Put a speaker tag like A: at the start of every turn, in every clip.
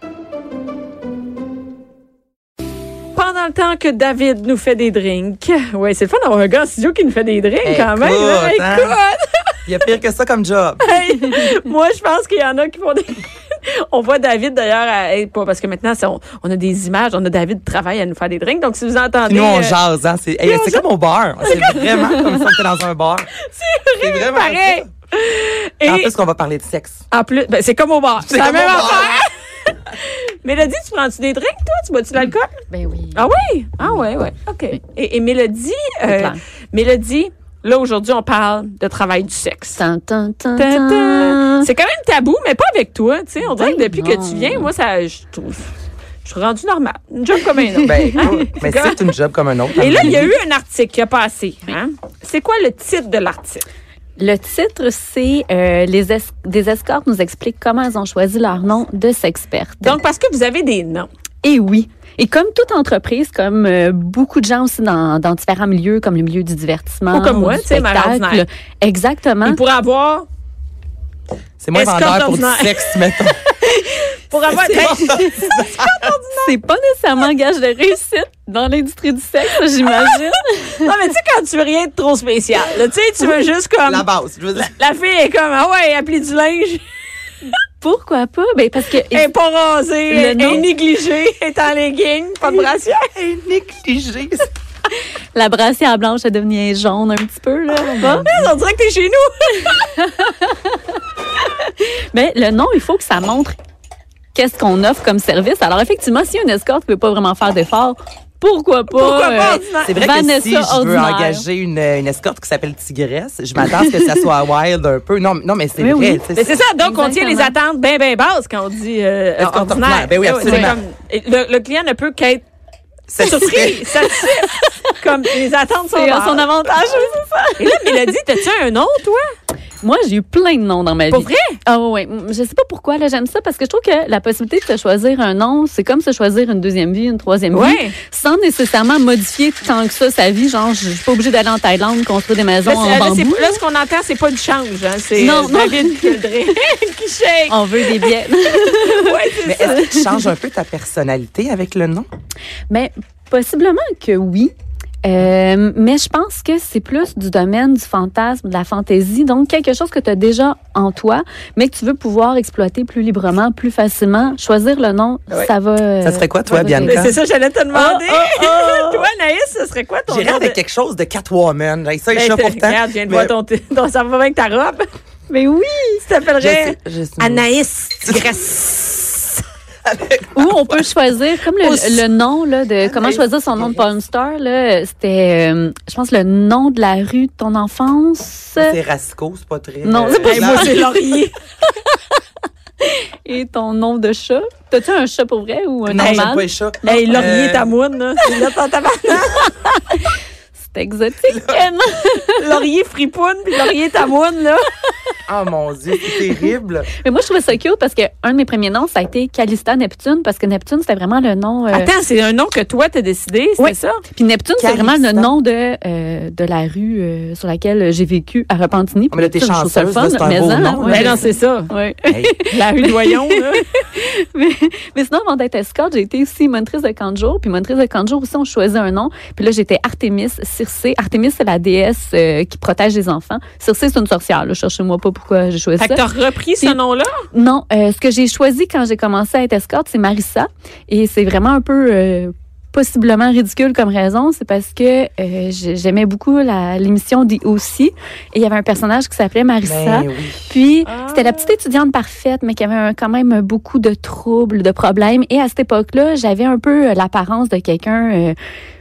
A: Pendant le temps que David nous fait des drinks. Ouais, c'est le fun d'avoir un gars en studio qui nous fait des drinks quand même. Ah, là.
B: Écoute, hein? Il y a pire que ça comme job.
A: Écoute, hey, moi, je pense qu'il y en a qui font des. On voit David d'ailleurs, à- hey, pas- parce que maintenant, c'est- on, on a des images, on a David travaille à nous faire des drinks. Donc, si vous entendez.
B: Puis nous, on
A: euh,
B: jase. Hein? C'est hey,
A: on
B: c'est
A: jase.
B: comme au bar. C'est vraiment comme si on était dans un bar. C'est vraiment
A: pareil.
B: ça. En
A: Et-
B: plus qu'on va parler de sexe.
A: En plus, ben, c'est comme au bar. C'est la
B: comme
A: même
B: au bar.
A: affaire. Mélodie, tu prends-tu des drinks, toi? Tu bois-tu de l'alcool?
C: Ben oui.
A: Ah oui? Ah ouais, ouais. OK. Et, et Mélodie, euh,
C: clair.
A: Mélodie, là, aujourd'hui, on parle de travail du sexe.
C: Tan, tan, tan, tan.
A: Tintin. C'est quand même tabou, mais pas avec toi, tu sais. On dirait que
C: Ben
A: depuis
C: non.
A: que tu viens, moi, ça, je trouve, je suis rendue normale. Une job comme un autre. Hein?
B: Ben, écoute, mais c'est une job comme un autre.
A: Et là, il y a eu un article qui a passé. Hein? C'est quoi le titre de l'article?
C: Le titre, c'est euh, les es- des escortes nous expliquent comment elles ont choisi leur nom de sexperte.
A: Donc, parce que vous avez des noms.
C: Et Eh oui. Et comme toute entreprise, comme euh, beaucoup de gens aussi dans, dans différents milieux, comme le milieu du divertissement,
A: Ou comme moi,
C: du
A: tu sais, Mère
C: spectacle,
A: Ordinaire.
C: exactement.
A: Il pourrait avoir
B: C'est moins
A: Escorte
B: vendeur pour du
A: ordinaire.
B: sexe, mettons.
A: Pour avoir.
C: C'est pas nécessairement gage de réussite dans l'industrie du sexe, j'imagine.
A: non, mais tu sais, quand tu veux rien de trop spécial, là, tu sais, tu veux juste comme.
B: La
A: La,
B: base. Je veux dire.
A: fille est comme, ah ouais, elle a plie du linge,
C: Pourquoi pas? Ben, parce que
A: elle est pas rasée,
C: Le
A: elle
C: nom-
A: est négligée, elle est en legging, pas de brassière.
B: Négligé.
C: la brassière blanche, elle devenait jaune un petit peu, là. pas?
A: On dirait que t'es chez nous.
C: Mais le nom, il faut que ça montre qu'est-ce qu'on offre comme service. Alors, effectivement, si une escorte ne peut pas vraiment faire d'efforts, pourquoi pas?
A: Pourquoi pas?
C: euh,
A: ordinaire?
B: C'est vrai
C: Vanessa
B: que si je veux
C: ordinaire.
B: engager une, une escorte qui s'appelle Tigresse, je m'attends à ce que ça soit wild un peu. Non, mais- non mais c'est
C: Mais
B: vrai.
C: oui.
B: tu sais,
A: Mais c'est ça, donc on tient
C: Exactement.
A: les attentes bien, bien basses quand on dit euh,
B: Escorte ordinaire.
A: ordinaire.
B: Ben oui,
A: C'est
B: absolument.
A: comme- et le, le client ne peut qu'être
B: c'est-
A: surpris, satisfait. comme les attentes sont
C: C'est à
A: basses.
C: son avantage.
A: Et là, Mélodie, t'as-tu un nom, toi?
C: Moi, j'ai eu plein de noms dans ma vie.
A: Pour vrai?
C: Ah ouais, ouais. je sais pas pourquoi là, j'aime ça parce que je trouve que la possibilité de se choisir un nom, c'est comme se choisir une deuxième vie, une troisième
A: Ouais.
C: vie, sans nécessairement modifier tant que ça sa vie. Genre, je je suis pas obligée d'aller en Thaïlande construire des maisons
A: Là, c'est-
C: en
A: là, c'est-
C: bambou.
A: là, ce qu'on entend, c'est pas du change. Hein, c'est
C: Non,
A: euh,
C: non.
A: David qui le drink, qui shake.
C: On veut des billets.
A: Ouais, c'est
B: Mais
A: ça.
B: est-ce que tu changes un peu ta personnalité avec le nom?
C: Mais possiblement que oui. Euh, mais je pense que c'est plus du domaine du fantasme, de la fantaisie, donc quelque chose que tu as déjà en toi, mais que tu veux pouvoir exploiter plus librement, plus facilement. Choisir le nom,
B: Ouais.
C: ça va. euh,
B: Ça serait quoi, toi,
C: ça va
B: Bianca?
C: t'aider.
A: Mais C'est ça, j'allais te demander. toi, Anaïs, ce serait quoi ton
B: Ah, J'irais
A: nom?
B: avec
A: de-
B: quelque chose de Catwoman. J'ai ça,
A: Ben,
B: échappe
A: t'es-
B: pourtant.
A: Regarde, je viens de
B: Mais-
A: voir ton, ton. Ça va bien avec ta robe.
C: Mais oui!
A: Tu t'appellerais
B: Je sais- je sais-
A: Anaïs Tigresse.
C: Ou on peut choisir, comme le,
B: Aussi. Ah,
C: le nom là, de comment choisir son nom de porn star, là, c'était, euh, je pense, le nom de la rue de ton enfance
B: C'est Rasco, c'est pas très. euh,
C: Non, c'est pas-
A: Hey, moi, c'est Laurier.
C: et ton nom de chat. T'as-tu un chat pour vrai ou un
B: Non, j'aime
C: normal?
B: pas les chats.
A: Hey, Laurier,
B: Euh,
A: ta moune, là. C'est là ton tabarnak.
C: C'est exotique. non?
A: Laurier fripoune, puis Laurier, ta moune, là.
B: Oh mon Dieu, c'est terrible.
C: Mais moi, je trouvais ça cute parce que un de mes premiers noms, ça a été Calista Neptune parce que Neptune, c'était vraiment le nom. euh,
A: Attends, c'est un nom que toi, t'as décidé, c'est
C: Oui.
A: ça?
C: Puis Neptune, c'est
B: Calista.
C: vraiment le nom de, euh, de la rue euh, sur laquelle j'ai vécu à Repentigny.
B: Ah, mais là, t'es
C: Puis je trouve ça le
B: chanceuse, là, c'est un
C: mais
B: beau
C: hein,
B: nom,
C: ouais.
B: là.
A: Ben non, c'est ça.
C: Ouais.
B: Hey,
A: La rue Doyon, là.
C: mais, mais sinon, avant d'être escorte, j'ai été aussi monitrice de camp de jour. Puis monitrice de camp de jour aussi, on choisit un nom. Puis là, j'étais Artemis Circé. Artemis, c'est la déesse euh, qui protège les enfants. Circé, c'est une sorcière. là. Cherchez-moi pas pourquoi j'ai choisi
A: Fait que
C: ça.
A: t'as repris ce
C: Puis-
A: nom-là?
C: Non, euh, ce que j'ai choisi quand j'ai commencé à être escorte, c'est Marissa. Et c'est vraiment un peu... euh, possiblement ridicule comme raison, c'est parce que euh, j'ai- j'aimais beaucoup la- l'émission dit aussi et il y avait un personnage qui s'appelait Marissa.
B: ben oui.
C: Puis,
A: Ah.
C: c'était la petite étudiante parfaite, mais qui avait un- quand même beaucoup de troubles, de problèmes. Et à cette époque-là, j'avais un peu euh, l'apparence de quelqu'un euh,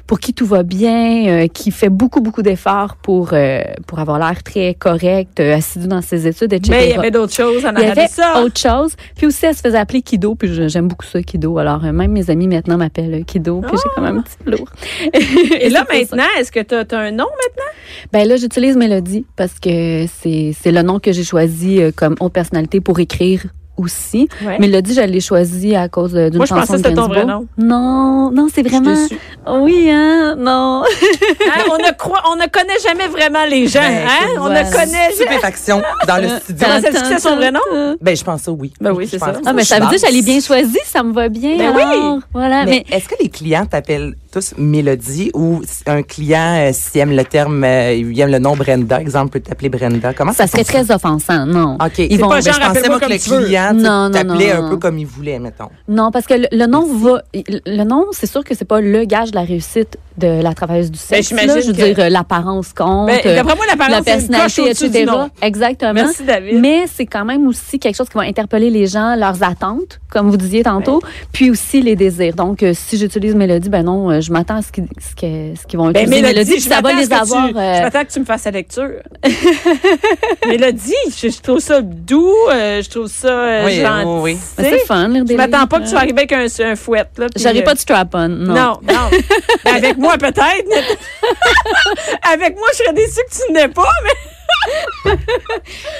C: pour qui tout va bien, euh, qui fait beaucoup, beaucoup d'efforts pour, euh, pour avoir l'air très correct, euh, assidu dans ses études, etc.
A: Mais Ben, il y avait d'autres choses en
C: Il y
A: arrière
C: avait
A: de ça.
C: autre chose. Puis aussi, elle se faisait appeler Kido. Puis je- j'aime beaucoup ça, Kido. Alors, euh, même mes amis maintenant m'appellent euh, Kido. Puis j'ai quand même un petit lourd.
A: Et là,
C: c'est pour ça.
A: maintenant, est-ce que tu as, un nom maintenant?
C: Ben là, j'utilise Mélodie parce que c'est c'est le nom que j'ai choisi euh, comme autre personnalité pour écrire aussi.
A: Ouais.
C: Mélodie, je l'ai choisi à cause de- d'une
A: Moi, je
C: chanson
A: pensais que
C: de
A: c'était ton vrai
C: Gainsbourg. Non, non, c'est vraiment...
B: Je suis déçue.
C: Oui, hein? Non.
A: Hein, on, ne croit, on ne connaît jamais vraiment les gens.
B: Ben,
A: hein?
C: écoute,
A: On
C: voilà.
A: ne connaît jamais.
B: Stupéfaction dans le studio.
A: Comment ça se dit que c'est son vrai nom?
B: Ben, je pense ça, oui.
A: Euh, Ben oui,
B: Je
A: c'est
B: pense
A: ça.
C: Ah, mais
B: Je
C: ça veut dire
B: pense.
C: que j'allais bien choisi, ça me va bien.
A: Ben oui.
C: alors. Voilà, mais...
B: Mais, est-ce que les clients t'appellent tous Mélodie ou si un client, euh, s'il aime le terme, euh, il aime le nom Brenda, exemple, peut t'appeler Brenda? Comment ça,
C: Ça serait
B: se passe?
C: très offensant, non.
B: OK.
C: Ils
B: C'est
C: vont-
A: pas
B: Ben,
A: genre,
B: je pensais,
A: appelle-moi
B: moi, que
A: comme
B: le
A: tu veux.
B: client tu sais,
C: Non, non,
B: t'appelait
C: non,
B: un peu
C: non.
B: comme il voulait, mettons.
C: Non, parce que le, le nom va. il- Le nom, c'est sûr que c'est pas le gage de la réussite de la travailleuse du sexe.
A: Ben, j'imagine
C: là. je veux
A: que-
C: dire, euh, l'apparence compte,
A: Ben,
C: euh,
A: D'après moi, la
C: la
A: parole, c'est une coche
C: personnalité,
A: au-dessus du
C: etc.
A: nom.
C: Exactement.
A: Merci, David.
C: Mais c'est quand même aussi quelque chose qui va interpeller les gens, leurs attentes, comme vous disiez tantôt,
A: Ben.
C: puis aussi les désirs. Donc, euh, si j'utilise Mélodie, ben non, euh, je m'attends à ce qu'ils ce que- ce qu'ils vont
A: Ben,
C: utiliser
A: Mélodie,
C: puis
A: je
C: ça va
A: m'attends à
C: les
A: ce que
C: avoir.
A: tu-
C: euh,
A: Je m'attends que tu me fasses la lecture. Mélodie, je, je trouve ça doux, euh, je trouve ça euh,
B: Oui,
A: gentil.
B: oui, oui.
C: ben, c'est le fun, lire
A: Je
C: des
A: m'attends
C: livres,
A: pas que tu
C: là.
A: sois arrivé avec un, un fouet. Là, puis,
C: J'aurais
A: euh,
C: pas de strap-on, non.
A: Non, non. Ben, avec moi, peut-être. mais- avec moi, je serais déçue que tu n'aies pas, mais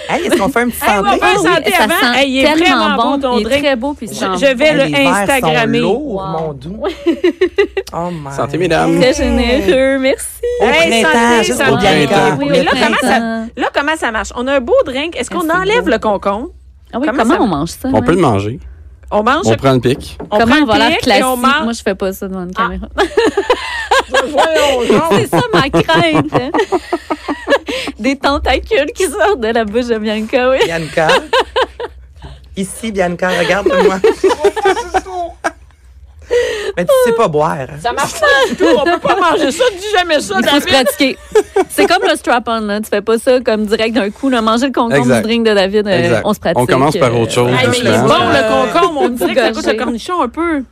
B: Hey, est-ce qu'on fait un petit
A: Hey, ouais, on
B: santé?
A: peut-
B: Ah,
A: santé avant. Hey, il est vraiment bon, ton
C: il est
A: drink.
C: très beau, puis il
A: je,
C: sent bon.
A: je vais
B: hey,
A: le
B: les verres sont
A: Instagrammer.
B: lourds,
C: Wow.
B: mon doux. Oh my.
D: Santé, mesdames.
C: Très généreux, merci.
B: Au
A: Hey,
B: printemps,
A: santé,
B: juste
A: santé.
B: pour Bianca.
C: Oui, oui,
A: Mais
C: au
A: là, comment ça,
C: printemps.
A: là, comment ça marche? On a un beau drink. Est-ce qu'on
C: Ah, c'est
A: enlève
C: beau.
A: le concombre?
C: Ah oui,
A: Comment
C: comment,
A: ça-
C: on mange ça?
D: On
C: ouais?
D: peut le manger.
A: On mange,
D: On prend le pic.
A: on
C: comment
A: prend
C: on va
A: le
C: l'air
A: pic et
C: classique?
A: on
C: Moi,
A: mange.
C: je fais pas ça devant une
A: Ah.
C: caméra.
A: Voyons donc.
C: C'est ça ma crainte. hein. Des tentacules qui sortent de la bouche de Bianca, oui.
B: Bianca. Ici, Bianca, regarde-moi. Mais tu sais pas boire. hein.
A: Ça marche pas du tout. On peut pas manger ça. Dis jamais ça,
C: Il faut se
A: David.
C: pratiquer. C'est comme le strap-on, là. Tu fais pas ça comme direct d'un coup. Là. Manger le concombre
D: Exact.
C: du drink de David, euh,
D: Exact.
C: on se pratique. euh,
D: On commence par autre chose,
A: Hey, mais il est
D: doucement.
A: bon, le concombre. On dirait que ça
C: Faut
A: goûte le
C: gorger.
A: cornichon un peu.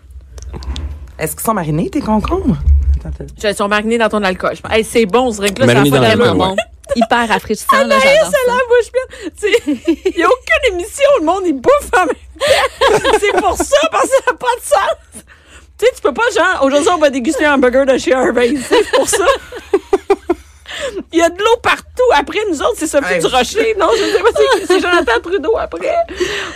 B: Est-ce qu'ils sont marinés, tes concombres? Attends, attends.
A: Je- Ils sont marinés dans ton alcool. Je pense. Hey, c'est bon, ce drink-là. Ça a
D: Mariné
A: pas
D: dans
A: d'allure.
D: l'alcool,
C: Vraiment bon. Hyper rafraîchissant, là, j'adore
A: C'est la
C: ça.
A: bouche pleine. Tu sais, Il n'y a aucune émission, le monde, il bouffe en même temps. C'est pour ça, parce que ça n'a pas de sens. Tu sais, tu peux pas, genre, aujourd'hui, on va déguster un burger de chez Harvey. C'est pour ça. Il y a de l'eau partout. Après, nous autres, c'est Sophie
B: Ouais.
A: du Rocher. Non, je sais pas, c'est- c'est Jonathan Trudeau après.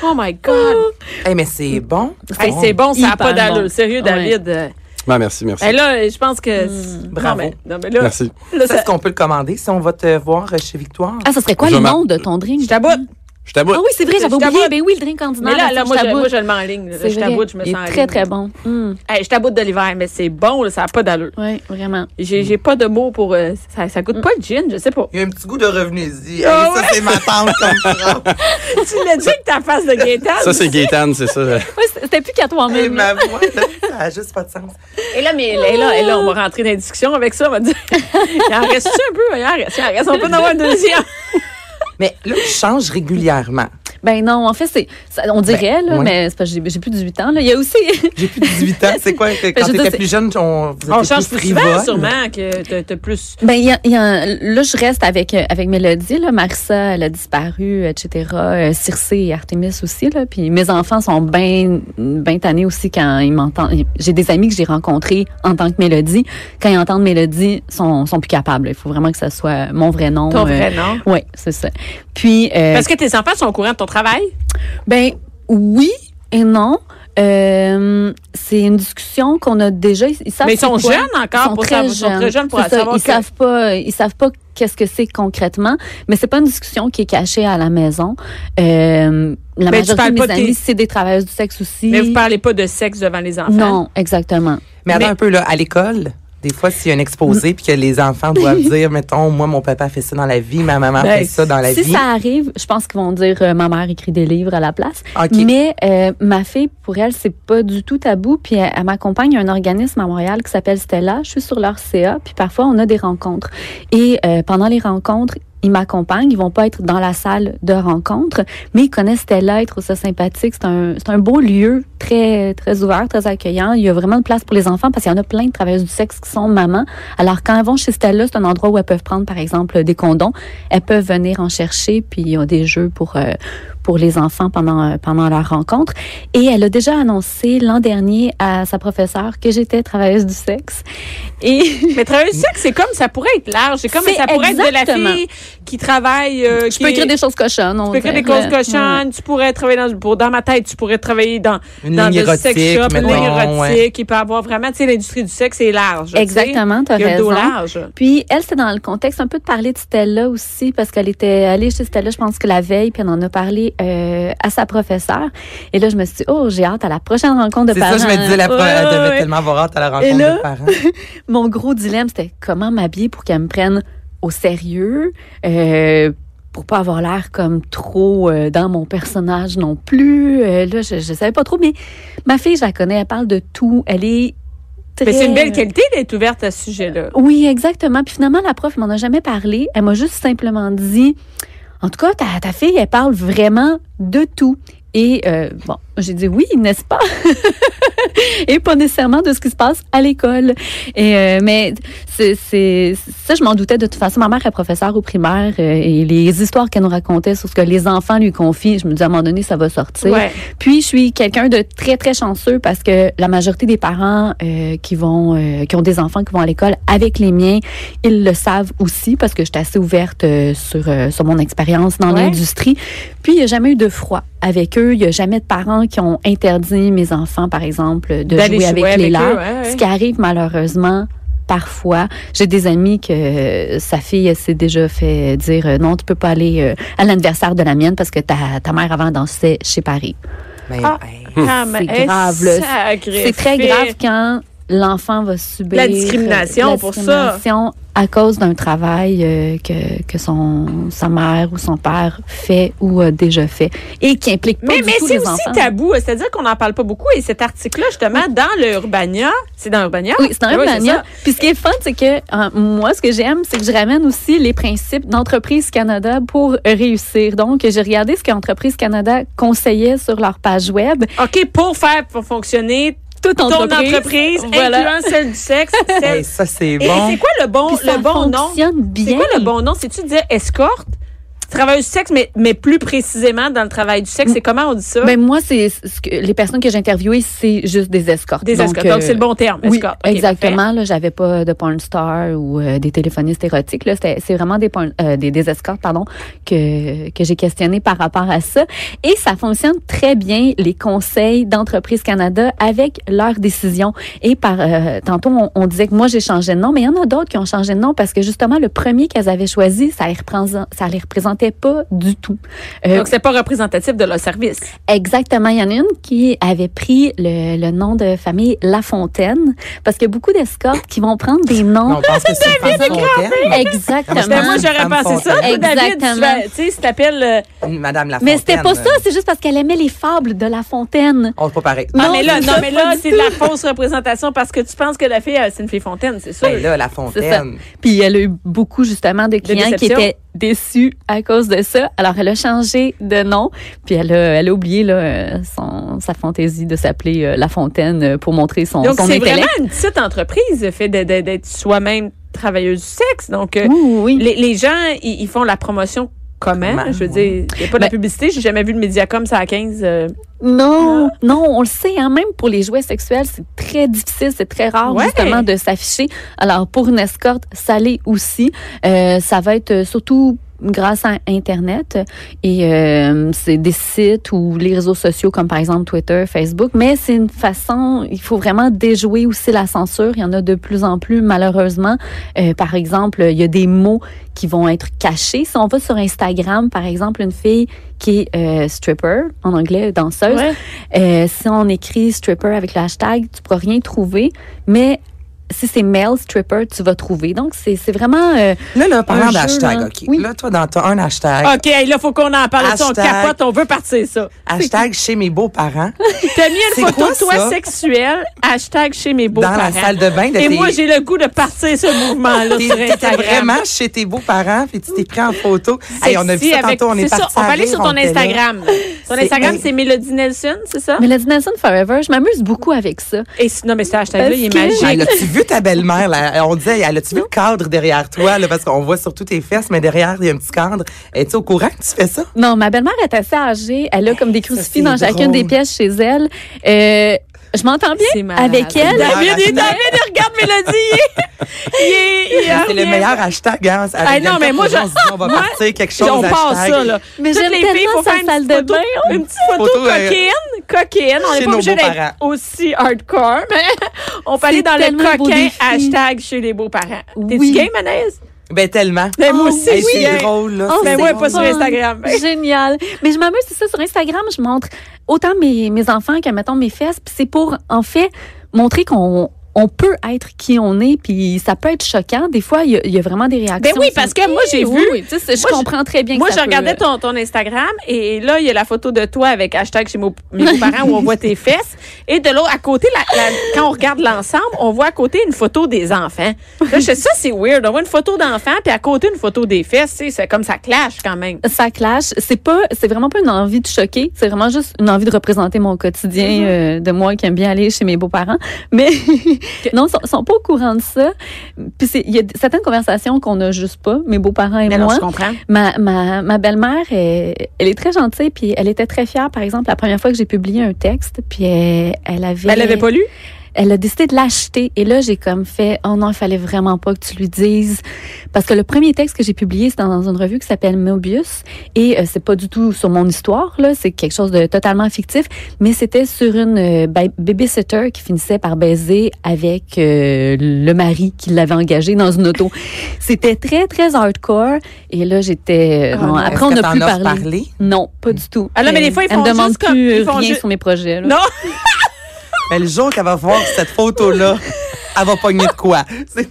A: Oh my God.
B: Hey, mais c'est bon.
A: Hey, Mm. c'est bon, ça n'a
C: Hyper
A: pas d'allure.
C: bon.
A: Sérieux,
C: Ouais.
A: David. Euh,
D: Ben, merci, merci.
A: ben là, je pense que.
B: Bravo.
A: Non, mais, non, mais là,
D: Merci.
A: là,
B: Ça,
A: ça-
B: est-ce qu'on peut le commander si on va te voir euh, chez Victoire?
C: Ah, ça serait quoi
D: Je
C: le
D: m'a-
C: nom de ton drink?
A: je taboute.
D: Je t'aboute.
C: Ah oui, c'est vrai,
A: Je
C: j'avais oublié.
A: t'aboute.
C: Ben oui, le drink ordinaire.
A: Mais là, là, moi, je,
C: taboute.
A: moi, je le mets en ligne. là.
C: C'est
A: Je
C: vrai.
A: taboute, je me
C: Il
A: sens
C: est
A: en
C: très,
A: ligne.
C: très bon. Hum.
A: Hey, je taboute de l'hiver, mais c'est bon, là, ça n'a pas d'allure.
C: Oui, vraiment.
A: J'ai j'ai pas de mots pour. euh, ça, ça goûte pas le gin, je sais pas.
B: Il y a un petit goût de revenu-y.
A: Ah
B: Hey, Ça, c'est ma tante comme ça.
A: tu l'as dit que ta face de
C: ah,
A: Gaëtan.
D: Ça, c'est Gaétane, c'est ça.
C: Ouais, c- C'était plus qu'à
B: Hey,
C: toi-même.
B: ma voix, là, ça a juste pas de sens.
A: Et là, mais et là, et là, on va rentrer dans la discussion avec ça. On va dire. Il en reste un peu, il en reste. Il en reste. On peut en avoir un deuxième.
B: Mais là, tu changes régulièrement.
C: Ben non, en fait, c'est, ça- on dirait, là,
B: ouais.
C: mais c'est parce que j'ai, j'ai plus de 18 ans. Là. Il y a aussi.
B: J'ai plus de 18 ans. C'est quoi? que
C: je
B: Quand
C: veux dire,
B: t'étais
C: c'est-
B: plus jeune, on, vous
A: On
B: étiez
A: change plus souvent,
B: frivole.
A: sûrement, que t'as- t'as plus.
C: ben, il y a, il y a- là, je reste avec, euh, avec Mélodie. Là. Marissa, elle a disparu, etc. Euh, Circe et Artemis aussi. Là. Puis mes enfants sont bien ben tannés aussi quand ils m'entendent. J'ai des amis que j'ai rencontrés en tant que Mélodie. Quand ils entendent Mélodie, ils sont, sont plus capables. là. Il faut vraiment que ça soit mon vrai nom.
A: Ton vrai nom.
C: Oui, c'est ça. Puis. euh,
A: Parce que tes enfants sont au courant de ton travail.
C: Ben oui et non. Euh, c'est une discussion qu'on a déjà. Ils, ils savent
A: mais ils
C: c'est
A: sont
C: quoi.
A: jeunes encore
C: Ils sont
A: pour
C: très
A: savoir. Ils sont
C: jeunes.
A: très jeunes pour
C: C'est ça,
A: savoir.
C: ils
A: que-
C: savent pas. Ils savent pas qu'est-ce que c'est concrètement. Mais c'est pas une discussion qui est cachée à la maison. Euh, la
A: Mais tu
C: majorité
A: parles
C: de
A: pas
C: mes
A: de
C: amis,
A: tes-
C: c'est des travailleuses du sexe aussi.
A: Mais vous parlez pas de sexe devant les enfants.
C: non, exactement.
B: Mais attends
A: Mais-
B: un peu, là, à l'école, des fois, s'il y a un exposé puis que les enfants doivent dire, mettons, moi, mon papa fait ça dans la vie, ma maman
A: Ben,
B: fait ça dans la
C: si
B: vie.
C: ça arrive, je pense qu'ils vont dire euh, ma mère écrit des livres à la place.
B: OK.
C: Mais euh, ma fille, pour elle, c'est pas du tout tabou. Puis elle, elle m'accompagne à un organisme à Montréal qui s'appelle Stella. Je suis sur leur CA. Puis parfois, on a des rencontres. Et euh, pendant les rencontres, ils m'accompagnent. Ils vont pas être dans la salle de rencontre, mais ils connaissent tel être, ça sympathique. C'est un, c'est un beau lieu, très, très ouvert, très accueillant. Il y a vraiment de place pour les enfants parce qu'il y en a plein de travailleuses du sexe qui sont mamans. Alors, quand elles vont chez Stella, c'est un endroit où elles peuvent prendre, par exemple, des condoms. Elles peuvent venir en chercher, puis ils ont des jeux pour, euh, pour les enfants pendant, euh, pendant leur rencontre. Et elle a déjà annoncé l'an dernier à sa professeure que j'étais travailleuse du sexe. Et
A: Mais travailler sexe, c'est comme ça pourrait être large. C'est comme
C: C'est
A: ça pourrait être de
C: exactement.
A: la fille qui travaille. euh,
C: je
A: qui
C: peux
A: est-
C: écrire des choses cochonnes.
A: Tu peux écrire des causes cochonnes, tu pourrais travailler dans, pour, dans ma tête, tu pourrais travailler dans,
B: Une
A: dans
B: ligne
A: le sex
B: érotique,
A: shop, une ligne
B: mettons, ouais.
A: érotique. Il peut avoir vraiment, tu sais, l'industrie du sexe est large. tu sais.
C: Exactement, tu as
A: Il y a le dos
C: raison.
A: large.
C: Puis elle, c'était dans le contexte un peu de parler de Stella aussi, parce qu'elle était allée chez Stella, je pense que la veille, puis elle en a parlé euh, à sa professeure. Et là, je me suis dit, oh, j'ai hâte à la prochaine rencontre de
B: C'est
C: parents.
B: ça, je me disais, la pro-
C: Ouais,
B: elle
C: ouais,
B: devait
C: ouais.
B: tellement avoir hâte à la rencontre
C: Et là-
B: des parents.
C: Mon gros dilemme, c'était comment m'habiller pour qu'elle me prenne au sérieux, euh, pour pas avoir l'air comme trop euh, dans mon personnage non plus. Euh, là, je, je savais pas trop, mais ma fille, je la connais, elle parle de tout. Elle est
A: Mais c'est une
C: très-
A: belle qualité d'être ouverte à ce sujet-là.
C: oui, exactement. Puis finalement, la prof m'en a jamais parlé. Elle m'a juste simplement dit, en tout cas, ta, ta fille, elle parle vraiment de tout. Et euh, bon, j'ai dit oui, n'est-ce pas? et pas nécessairement de ce qui se passe à l'école. Et euh, mais c'est c'est- ça, je m'en doutais de toute façon. Ma mère est professeure au primaire euh, et les histoires qu'elle nous racontait sur ce que les enfants lui confient, je me disais à un moment donné, ça va sortir.
A: Ouais.
C: Puis je suis quelqu'un de très très chanceux parce que la majorité des parents euh, qui vont euh, qui ont des enfants qui vont à l'école avec les miens, ils le savent aussi parce que j'étais assez ouverte euh, sur euh, sur mon expérience dans
A: Ouais.
C: l'industrie. Puis il n'y a jamais eu de froid avec eux, il n'y a jamais de parents qui ont interdit mes enfants par exemple de
A: D'aller
C: jouer avec les
A: eux,
C: leurs.
A: ouais, ouais.
C: Ce qui arrive malheureusement parfois, j'ai des amis que euh, sa fille elle s'est déjà fait dire euh, non, tu peux pas aller euh, à l'anniversaire de la mienne parce que ta, ta mère avant dansait chez Paris.
B: Ben,
A: Ah.
B: hey.
A: Ah, mais
C: C'est grave, là.
A: sacré
C: C'est très
A: fait.
C: grave quand l'enfant va subir
A: La discrimination
C: euh, la
A: pour ça.
C: discrimination à cause d'un travail euh, que, que son, sa mère ou son père fait ou a déjà fait et qui implique pas
A: Mais,
C: du
A: mais
C: tout
A: c'est
C: les
A: aussi
C: enfants.
A: tabou, c'est-à-dire qu'on n'en parle pas beaucoup. Et cet article-là, justement, dans le Urbania, c'est dans Urbania?
C: Oui, c'est un
A: Ah oui,
C: Urbania.
A: ça.
C: Puis ce qui est fun, c'est que euh, moi, ce que j'aime, c'est que je ramène aussi les principes d'Entreprise Canada pour réussir. Donc, j'ai regardé ce qu'Entreprise Canada conseillait sur leur page web.
A: OK, pour faire pour fonctionner
C: Toute
A: ton
C: entreprise,
A: entreprise,
C: voilà.
A: incluant celle du sexe, celle
B: Hey, ça, c'est
A: Et
B: bon.
A: c'est quoi le bon,
C: Puis ça
A: le bon nom?
C: fonctionne bien.
A: C'est quoi le bon nom? C'est-tu dire escorte? Travail du sexe, mais, mais plus précisément dans le travail du sexe, c'est comment on dit ça?
C: Ben, moi, c'est ce que- les personnes que j'ai interviewées, c'est juste des escortes.
A: Des escortes.
C: euh,
A: Donc, c'est le bon terme,
C: Oui,
A: escorte. OK,
C: exactement. Là, j'avais pas de porn star ou euh, des téléphonistes érotiques. Là, C'était- c'est vraiment des, porn- euh, des des escortes, pardon, que que j'ai questionné par rapport à ça. Et ça fonctionne très bien les conseils d'entreprise Canada avec leurs décisions. Et par euh, tantôt on, on disait que moi j'ai changé de nom, mais il y en a d'autres qui ont changé de nom parce que justement le premier qu'elles avaient choisi, ça les représent- ça les représentait pas du tout.
A: parfait.
C: Euh,
A: Donc, c'est pas représentatif de leur service.
C: Exactement. Il y en a une qui avait pris le, le nom de famille Lafontaine parce qu'il y a beaucoup d'escortes qui vont prendre des
B: Non,
C: noms.
B: on pense que c'est une femme fontaine.
A: Ben,
B: Madame
A: moi,
C: Exactement.
A: j'aurais
B: Femme
A: pensé ça.
C: Fontaine.
A: Toi, David, tu
C: Exactement.
A: vas- tu sais, si t'appelles... euh,
B: Une Madame la
C: Mais c'était pas ça, c'est juste parce qu'elle aimait les fables de La Fontaine.
B: On n'est pas pareil.
A: ah, mais là,
C: c'est
A: non,
C: ça,
A: mais
C: pas
A: là,
C: du
A: c'est de la fausse représentation parce que tu penses que la fille, euh, c'est une fille fontaine, c'est sûr.
B: Ben là, la fontaine.
C: Puis elle a eu beaucoup justement de clients qui
A: déception.
C: étaient déçus à cause de ça. Alors elle a changé de nom, puis elle a, elle a oublié là, euh, son, sa fantaisie de s'appeler euh, La Fontaine euh, pour montrer son,
A: Donc,
C: son
A: c'est
C: intellect.
A: vraiment une petite entreprise, le fait de- de- d'être soi-même travailleuse du sexe. Donc, euh,
C: Oui, oui, oui.
A: Les, les gens, ils ils font la promotion comment?
B: Comment,
A: Je veux
B: ouais.
A: dire, il n'y a pas de
C: Ben-
A: publicité. J'ai jamais vu le Mediacom, ça à 15. euh,
C: Non, Ah. non, on le sait, hein, même pour les jouets sexuels, c'est très difficile, c'est très rare
A: Ouais.
C: justement de s'afficher. Alors pour une escorte, ça l'est aussi. Euh, ça va être euh, surtout grâce à Internet et euh, c'est des sites ou les réseaux sociaux comme par exemple Twitter, Facebook, mais c'est une façon, il faut vraiment déjouer aussi la censure. Il y en a de plus en plus malheureusement. Euh, par exemple, il y a des mots qui vont être cachés. Si on va sur Instagram, par exemple, une fille qui est euh, stripper, en anglais, danseuse, euh, si on écrit stripper avec le hashtag, tu pourras rien trouver, mais si c'est male stripper, tu vas trouver. Donc, c'est c'est vraiment. euh,
B: Là, là,
C: Un
B: parlant
C: jeu,
B: d'hashtag,
A: hein?
C: là.
B: OK.
C: Oui.
B: Là, toi, dans ton un hashtag,
A: OK, hey, là, faut qu'on en parle. de Ça, on
B: Hashtag.
A: capote, on veut partir ça.
B: hashtag chez mes beaux-parents,
A: T'as mis
B: C'est
A: une photo
B: quoi,
A: de toi
B: ça?
A: sexuelle, hashtag chez mes
B: dans
A: beaux-parents.
B: la salle de bain de
A: Et
B: tes...
A: moi, j'ai le goût de partir ce mouvement-là
B: t'es-
A: sur
B: T'étais
A: Instagram.
B: vraiment chez tes beaux-parents, puis tu t'es pris en photo. Hey, on a vu
A: Sexy
B: ça
A: avec-
B: tantôt, on est,
A: c'est ça,
B: partis
A: On
B: à
A: va aller
B: rire,
A: sur
B: on
A: ton
B: était là.
A: Instagram. Ton
B: C'est-
A: Instagram,
B: hey.
A: c'est Mélodie Nelson, c'est ça?
C: Melody Nelson Forever, je m'amuse beaucoup avec ça.
A: Et si- non, mais cet hashtag-là,
C: Parce
A: il est
C: que-
B: Hey,
A: magique.
B: l'as-tu vu ta belle-mère? là? On disait, elle a-tu vu le cadre derrière toi? Là, parce qu'on voit surtout tes fesses, mais derrière, il y a un petit cadre. Es-tu au courant que tu fais ça?
C: Non, ma belle-mère est assez âgée. Elle a comme des crucifix
B: c'est
C: dans chacune
B: drôle.
C: des pièces chez elle. Euh, je m'entends
A: C'est
C: bien
A: malade.
C: avec elle.
B: drôle.
A: David, il est David, il regarde Mélodie. il est- il est- il est-
B: C'est le meilleur hashtag. Hein, avec
A: Ah, non,
B: Bianca
A: mais moi,
B: Proulx,
A: je-
B: on se dit, on va
A: moi,
B: partir quelque chose.
A: On passe
B: hashtag.
A: ça, là.
C: Mais
A: Toutes
C: j'aime
A: les filles,
C: tellement
A: faut
C: sa
A: faire une
C: salle
A: petite
C: de
A: photo-
C: bain.
A: Une petite photo,
B: Photo, euh,
A: coquine, coquine. On
B: chez
A: n'est pas
B: nos
A: obligé d'être
B: beaux-parents.
A: aussi hardcore, mais on peut aller dans le
C: tellement un beau
A: coquin
C: défi.
A: hashtag chez les beaux-parents. T'es-tu
C: Oui.
A: game, Anaïs?
B: Ben, tellement.
A: Ben, moi
C: Oh,
A: aussi,
B: Hey,
A: je suis
B: c'est
A: game.
B: drôle, là.
C: Oh,
B: c'est
A: Mais
C: c'est
A: ouais,
B: drôle.
A: pas sur
C: fun.
A: Instagram.
C: Génial. Mais je m'amuse, c'est ça, sur Instagram, je montre autant mes, mes enfants que, mettons, mes fesses. Puis c'est pour, en fait, montrer qu'on on peut être qui on est. Puis ça peut être choquant. Des fois, il y, a- il y a vraiment des réactions.
A: Ben oui, parce que moi, j'ai
C: Oui,
A: vu-
C: oui, tu sais, c'est- je
A: moi, je-
C: comprends très bien
A: Moi,
C: que
A: je
C: ça peut-
A: regardais ton, ton Instagram et là, il y a la photo de toi avec hashtag chez mes mes parents où on voit tes fesses. Et de l'autre, à côté, la- la- quand on regarde l'ensemble, on voit à côté une photo des enfants. Là, je sais, ça, c'est weird. On voit une photo d'enfant puis à côté, une photo des fesses. tu sais, C'est comme ça clash quand même.
C: ça clash. C'est pas, c'est vraiment pas une envie de choquer. C'est vraiment juste une envie de représenter mon quotidien
A: Mm-hmm.
C: euh, de moi qui aime bien aller chez mes beaux-parents. Mais non, ils sont, sont pas au courant de ça. Puis c'est- il y a d- certaines conversations qu'on a juste pas, mes beaux-parents et
A: Mais non,
C: moi.
A: je comprends.
C: Ma, ma, ma belle-mère, elle, elle est très gentille, puis elle était très fière, par exemple, la première fois que j'ai publié un texte, puis elle, elle avait...
A: Mais elle l'avait pas lu?
C: Elle a décidé de l'acheter. Et là, j'ai comme fait, oh non, il fallait vraiment pas que tu lui dises. Parce que le premier texte que j'ai publié, c'était dans une revue qui s'appelle Mobius. Et euh, c'est pas du tout sur mon histoire, là. C'est quelque chose de totalement fictif. Mais c'était sur une euh, ba- babysitter qui finissait par baiser avec euh, le mari qui l'avait engagé dans une auto. c'était très, très hardcore. Et là, j'étais, euh,
A: Ah
C: non,
A: non.
C: après, on
B: Est-ce que
C: n'a
B: t'en
C: plus
B: offres
C: parlé. Non, pas du tout.
A: Ah non, mais des
C: Elle-
A: fois, ils
C: elle me
A: font
C: demande
A: juste comme-
C: plus euh,
A: ils font
C: rien
A: juste-
C: sur mes projets, là.
A: Non!
B: Mais Ben, le jour qu'elle va voir cette photo-là, elle va pogner de quoi? C'est-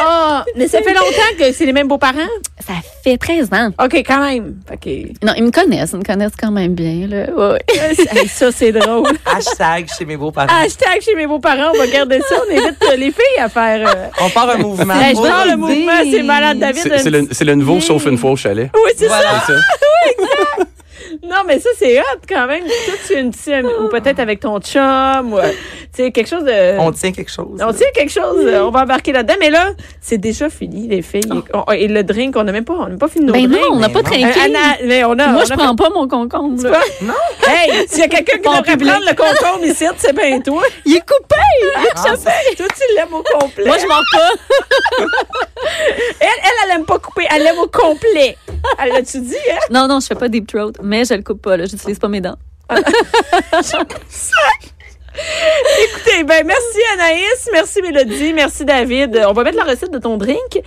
A: Ah, mais ça fait longtemps que c'est les mêmes beaux-parents?
C: Ça fait 13 ans.
A: OK, quand même. OK.
C: Non, ils me connaissent, ils me connaissent quand même bien. Là. Ouais, ouais.
A: Hey, ça, c'est drôle.
B: Hashtag chez mes beaux-parents.
A: Hashtag chez mes beaux-parents, on va garder ça. On évite euh, les filles à faire. euh,
B: On part un mouvement.
A: hey, je
B: Oh,
A: prends le
C: idée.
A: mouvement, c'est malade, David.
D: C'est c'est le, c'est le nouveau, sauf une fois au chalet.
A: Oui, c'est ça.
B: Voilà.
D: C'est ça.
A: Non, mais ça, c'est hot quand même. Toi, tu es une petite. Ou peut-être avec ton chum. ou, euh, Tu sais, quelque chose de.
B: On tient quelque chose.
A: On tient quelque chose, euh, on va embarquer là-dedans. Mais là, c'est déjà fini, les filles. On- Et le drink, on n'a même pas, on n'a pas fini nos
C: Ben non,
A: drinks.
C: on n'a pas
B: non.
C: trinqué.
A: Euh, Anna- mais on a,
C: Moi,
A: on
C: je
A: a
C: prends pas mon concombre. là.
A: Non. Hey, s'il y a quelqu'un qui
C: Bon
A: devrait
C: public.
A: prendre le concombre ici, c'est bien toi.
C: Il est coupé!
B: Ah, ça,
A: Toi, tu l'aimes au complet.
C: Moi, je m'en pas.
A: Elle, elle, elle aime pas couper. Elle l'aime au complet. Elle l'a-tu dit, hein?
C: Non, non, je fais pas deep throat, mais je le coupe pas. là. J'utilise pas mes dents.
A: Écoutez, ben, merci Anaïs, merci Mélodie, merci David. Euh, On va mettre la recette de ton drink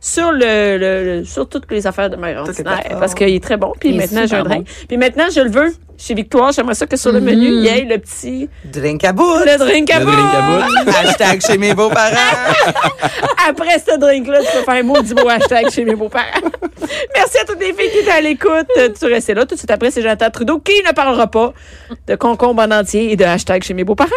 A: sur le, le- le- sur toutes les affaires de mère
B: Toutes les
A: ordinaire
B: plateformes.
A: parce qu'il est très bon. Puis
C: Il est
A: maintenant, j'ai un
C: super Mm-hmm.
A: drink. Puis maintenant, je le veux chez Victoire. J'aimerais ça que sur le menu, il y ait le petit
B: Drink à bout.
A: le drink à
D: Le
A: bout.
D: drink à bout.
B: Hashtag chez mes beaux-parents.
A: Après ce drink-là, tu peux faire un maudit beau hashtag chez mes beaux-parents. Merci à toutes les filles qui étaient à l'écoute. Euh, Tu restais là. Tout de suite après, c'est Jonathan Trudeau qui ne parlera pas de concombre en entier et de hashtag chez mes beaux-parents.